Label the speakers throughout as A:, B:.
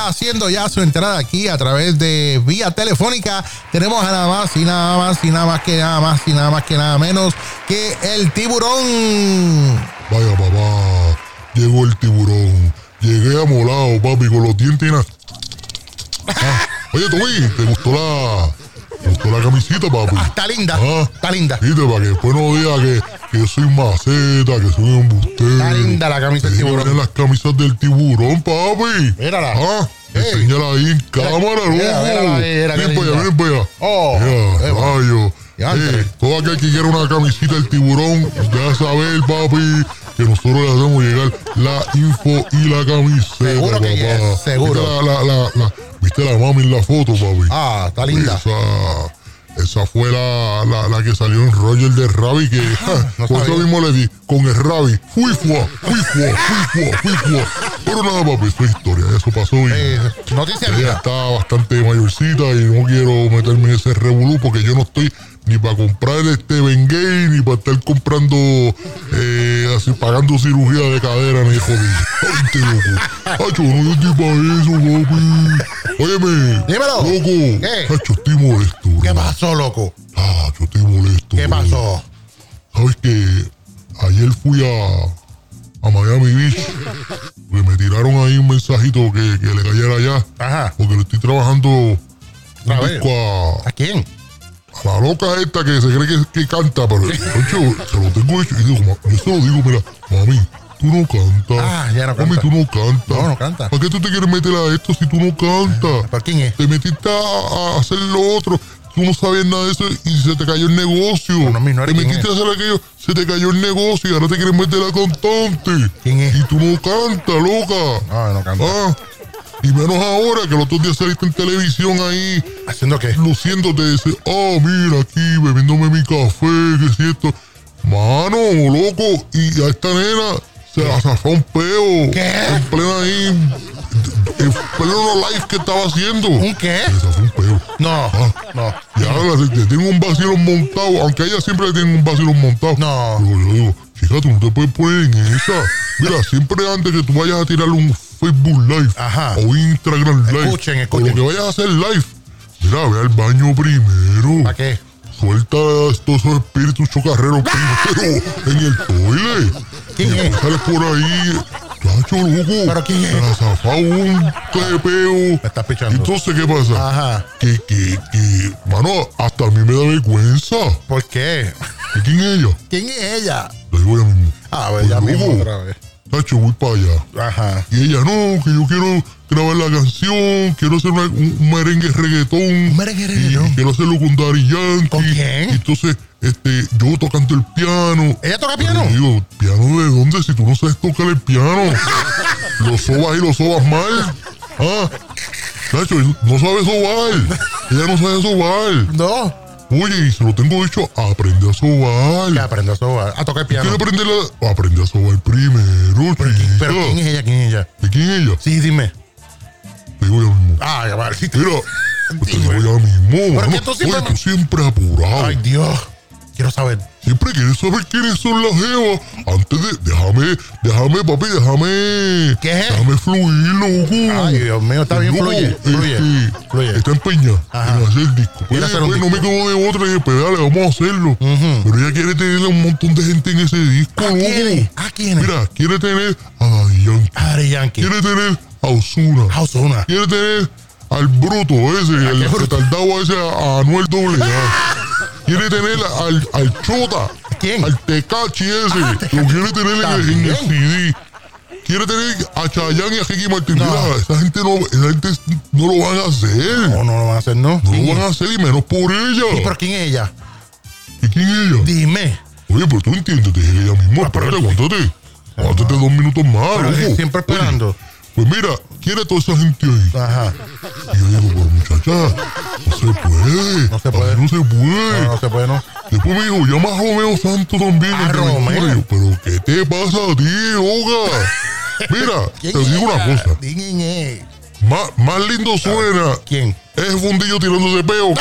A: haciendo ya su entrada aquí a través de vía telefónica. Tenemos a nada más y nada más y nada más que nada más y nada más que nada menos que el tiburón.
B: Vaya papá, llegó el tiburón. Llegué amolado, papi, con los dientes. y na- Ah, Oye, Toby, ¿te gustó la, te gustó la camisita, papi?
A: Ah, está linda,
B: Ah.
A: está linda.
B: Viste, para que después no diga que, que soy maceta, que soy embustero.
A: Está linda la camisa del
B: Tiene que
A: tiburón.
B: ver las camisas del tiburón, papi.
A: Mírala.
B: Ah,
A: Ey.
B: enséñala ahí en cámara, loco.
A: mira, mírala ahí, mira qué
B: Ven para allá,
A: linda.
B: ven para allá.
A: Oh,
B: Ya,
A: eh,
B: rayo.
A: ya,
B: Eh,
A: Andrés.
B: todo aquel que quiera una camisita del tiburón, ya saber, papi, que nosotros le hacemos llegar la info y la camiseta,
A: Seguro que
B: papá.
A: yes, seguro.
B: Mira La, la, la, la- ¿Viste la mami en la foto, papi?
A: Ah, está linda.
B: Esa, esa fue la, la, la que salió en Roger de Rabi, que ja,
A: Ah, no
B: con eso
A: sabía.
B: mismo le di, con el Rabi. Fui fua, fui fua, fui fua, fui fua. Pero nada, papi, eso es historia, eso pasó y
A: Eh, noticia
B: ella
A: mía.
B: está bastante mayorcita y no quiero meterme en ese revolú porque yo no estoy ni para comprar este Bengay ni para estar comprando, eh, así, pagando cirugía de cadera ni de rodilla. Ay, te loco. Hacho, no yo estoy para eso, papi. Óyeme.
A: Dímelo.
B: Loco.
A: ¿Qué?
B: Hacho, estoy molesto.
A: ¿Qué
B: bro.
A: pasó, loco?
B: Hacho, estoy molesto.
A: ¿Qué
B: bro.
A: pasó?
B: ¿Sabes que Ayer fui a, a Miami Beach. porque me tiraron ahí un mensajito que, que le cayera allá.
A: Ajá.
B: Porque le estoy trabajando un
A: A ver.
B: disco a,
A: ¿A quién?
B: a la loca esta que se cree que, que canta, pero concho, se lo tengo hecho. Y digo, "Ma- yo se lo digo, mira, mami, tú no cantas.
A: Ah, ya no
B: Mami,
A: canta.
B: tú no cantas.
A: No, no canta.
B: ¿Para qué tú te quieres meter a esto si tú no cantas?
A: ¿Por quién es?
B: Te metiste a, a hacer lo otro. Tú no sabías nada de eso y se te cayó el negocio.
A: no me ignores
B: te
A: quién
B: metiste a hacer aquello, se te cayó el negocio y ahora te quieres meter a cantante.
A: ¿Quién es?
B: Y tú no cantas, loca.
A: No, no canta.
B: Ah, y menos ahora que los otros días saliste en televisión ahí
A: ¿Haciendo qué?
B: luciéndote dice, ah, mira aquí, bebiéndome mi café, que si esto. Mano, loco, y a esta nena se la zafó un peo.
A: ¿Qué?
B: En plena ahí, en pleno live que estaba haciendo.
A: ¿Un qué?
B: Se zafó un peo.
A: No,
B: Ah.
A: no.
B: Y ahora le, le tiene un vacilón montado, aunque a ella siempre le tienen un vacilón montado.
A: No.
B: Digo, yo digo, chica, tú no te puedes poner en esa. Mira, siempre antes que tú vayas a tirar un Facebook Live
A: Ajá.
B: o Instagram Live,
A: Escuchen, escuchen.
B: o lo que vayas a hacer live, mira, ve al baño primero.
A: ¿Para qué?
B: Suelta estos espíritus chocarreros primero en el toile.
A: ¿Quién
B: Y
A: es?
B: Sales por ahí, chacho loco.
A: ¿Pero quién es?
B: Se la zafó un clepeo.
A: Me estás pichando.
B: Entonces, ¿qué pasa?
A: Ajá.
B: Que, que, que, mano, hasta a mí me da vergüenza.
A: ¿Por qué?
B: ¿Y quién es ella?
A: ¿Quién es ella?
B: Le digo ya mismo.
A: A ver, Ah, pues ya
B: Oye,
A: mismo
B: loco,
A: otra vez.
B: Tacho, voy para allá.
A: Ajá.
B: Y ella, no, que yo quiero grabar la canción, quiero hacer una- un, un merengue reggaetón.
A: Un merengue reggaetón.
B: Y, y quiero hacerlo con Daddy Yankee.
A: ¿Con quién?
B: Y entonces, este, yo tocando el piano.
A: ¿Ella toca piano?
B: Y digo, ¿piano de dónde? Si tú no sabes tocar el piano. lo sobas y lo sobas mal. Ah, Tacho, no sabe sobar. Ella no sabe sobar.
A: No.
B: Oye, y se lo tengo dicho, aprende a
A: Que
B: sobar.
A: aprendió a sobar, a tocar
B: ¿Quiere
A: piano.
B: aprender a... Aprende a sobar primero, chica.
A: Pero ¿quién es ella? ¿Quién es ella?
B: ¿De quién es ella?
A: Sí, dime.
B: Te digo yo mismo.
A: Ah, ya vale. sí te-
B: Mira, pues te digo yo mismo.
A: Pero que
B: mano.
A: tú siempre-
B: Oye, tú siempre apurado.
A: Ay, Dios. Quiero saber.
B: Siempre quieres saber quiénes son las jevas. Antes de... Déjame, déjame, papi, déjame...
A: ¿Qué?
B: Déjame fluir, loco.
A: Ay, Dios mío, está bien,
B: Loco,
A: fluye, fluye,
B: este,
A: fluye.
B: Está empeñada
A: Ajá.
B: en hacer el disco.
A: Quiere
B: Oye,
A: hacer un
B: pues, no me
A: disco.
B: quedo de otra y dije, pues, dale, vamos a hacerlo. Pero ella quiere tener a un montón de gente en ese disco,
A: ¿A
B: loco.
A: quién es? ¿A quién es?
B: Mira, quiere tener a Daddy Yankee.
A: Ari Yankee.
B: Quiere tener a Osuna.
A: House una.
B: Quiere tener al bruto ese, el
A: qué bruto?
B: retardado ese, a Anuel Doble. Quiere tener al, al Chota.
A: ¿Quién?
B: Al Tecachi ese.
A: Ah, Tecachi.
B: Lo quiere tener en, en
A: También.
B: el CD. Quiere tener a Chayanne y a Ricky Martin.
A: No.
B: Mira, esa gente, no, esa gente no lo van a hacer.
A: No, no lo van a hacer, ¿no?
B: No
A: ¿Quién
B: lo van a
A: es?
B: hacer y menos por
A: Sí,
B: ella.
A: pero ¿quién es ella?
B: ¿Y quién es ella?
A: Dime.
B: Oye, pero tú entiendes, te dije ella mismo.
A: Ah, pero-
B: Espérate, aguántate. Aguántate dos minutos más.
A: Pero
B: loco.
A: siempre
B: Oye,
A: esperando.
B: Pues mira, quiere toda esa gente ahí.
A: Ajá.
B: Y yo digo, pero muchacha, no se puede.
A: No se puede. Ah.
B: Así No se puede.
A: No, no se puede, ¿no?
B: Después me dijo, llama a Romeo Santo también.
A: Ah,
B: el de
A: Romeo.
B: Ventura. Y yo, pero ¿qué te pasa a ti, Olga? Mira, te digo una
A: ella?
B: cosa.
A: ¿Quién es?
B: Más, más lindo suena
A: Ah, ¿Quién?
B: es fundillo tirándose peo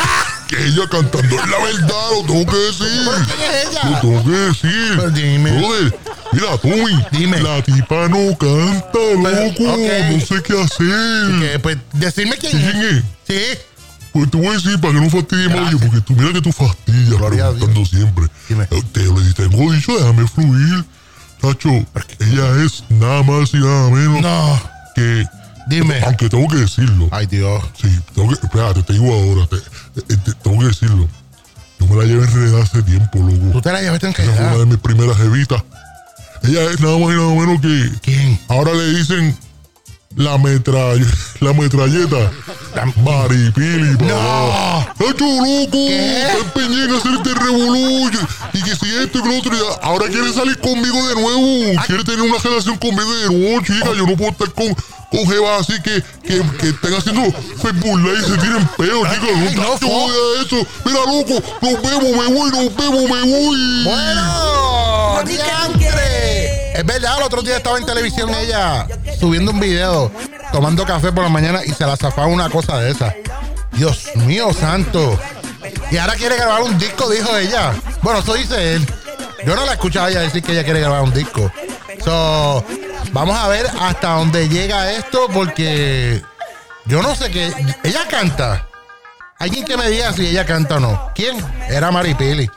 B: que ella cantando. Es la verdad, lo tengo que decir.
A: ¿Pero quién es
B: Lo
A: ella?
B: tengo que decir.
A: Pero dime.
B: Brother, Mira, Tommy,
A: Dime.
B: la tipa no canta, loco,
A: ok.
B: no sé qué hacer.
A: Que, pues, decirme quién
B: ¿Quién
A: es.
B: es?
A: Sí.
B: Pues te voy a decir para que no fastidie más yo, porque tú mira que tú fastidias
A: Gloria a Dios.
B: preguntando siempre. Eh,
A: Dime.
B: Te lo dije, tengo dicho, déjame fluir. Tacho, ella es nada más y nada menos
A: No.
B: que,
A: Dime.
B: aunque tengo que decirlo,
A: Ay, Dios.
B: sí, tengo que, espérate, te digo ahora, te, eh, te- te- tengo que decirlo. Yo me la llevé enredada hace tiempo,
A: Tú
B: loco.
A: te la llevaste en
B: Ella fue una
A: caída.
B: de mis primeras evitas. Ella es nada más y nada menos que
A: ¿Quién?
B: Ahora le dicen la metrall la metralleta. Maripili, papá. ¡Nacho, loco! Está empeñé en hacerte este revolú. Y que si esto y que lo otro. y Ahora quiere salir conmigo de nuevo. Quiere tener una relación conmigo de nuevo, chica. Yo no puedo estar con, con jevas así que, que, que estén haciendo Facebook Live y se tiren peo, chicos. No,
A: ay, no,
B: Nacho,
A: fo-
B: odia eso. Mira, loco, nos vemos, me voy, nos vemos, me voy.
A: Bueno, diantre. Es verdad, el otro día estaba en televisión ella subiendo un video, tomando café por la mañana y se la zafaba una cosa de esa. Dios mío santo. Y ahora quiere grabar un disco, dijo ella. Bueno, eso dice él. Yo no la escuchaba ella decir que ella quiere grabar un disco. So, vamos a ver hasta dónde llega esto porque yo no sé qué. Ella canta. Alguien que me diga si ella canta o no. ¿Quién? Era Maripili.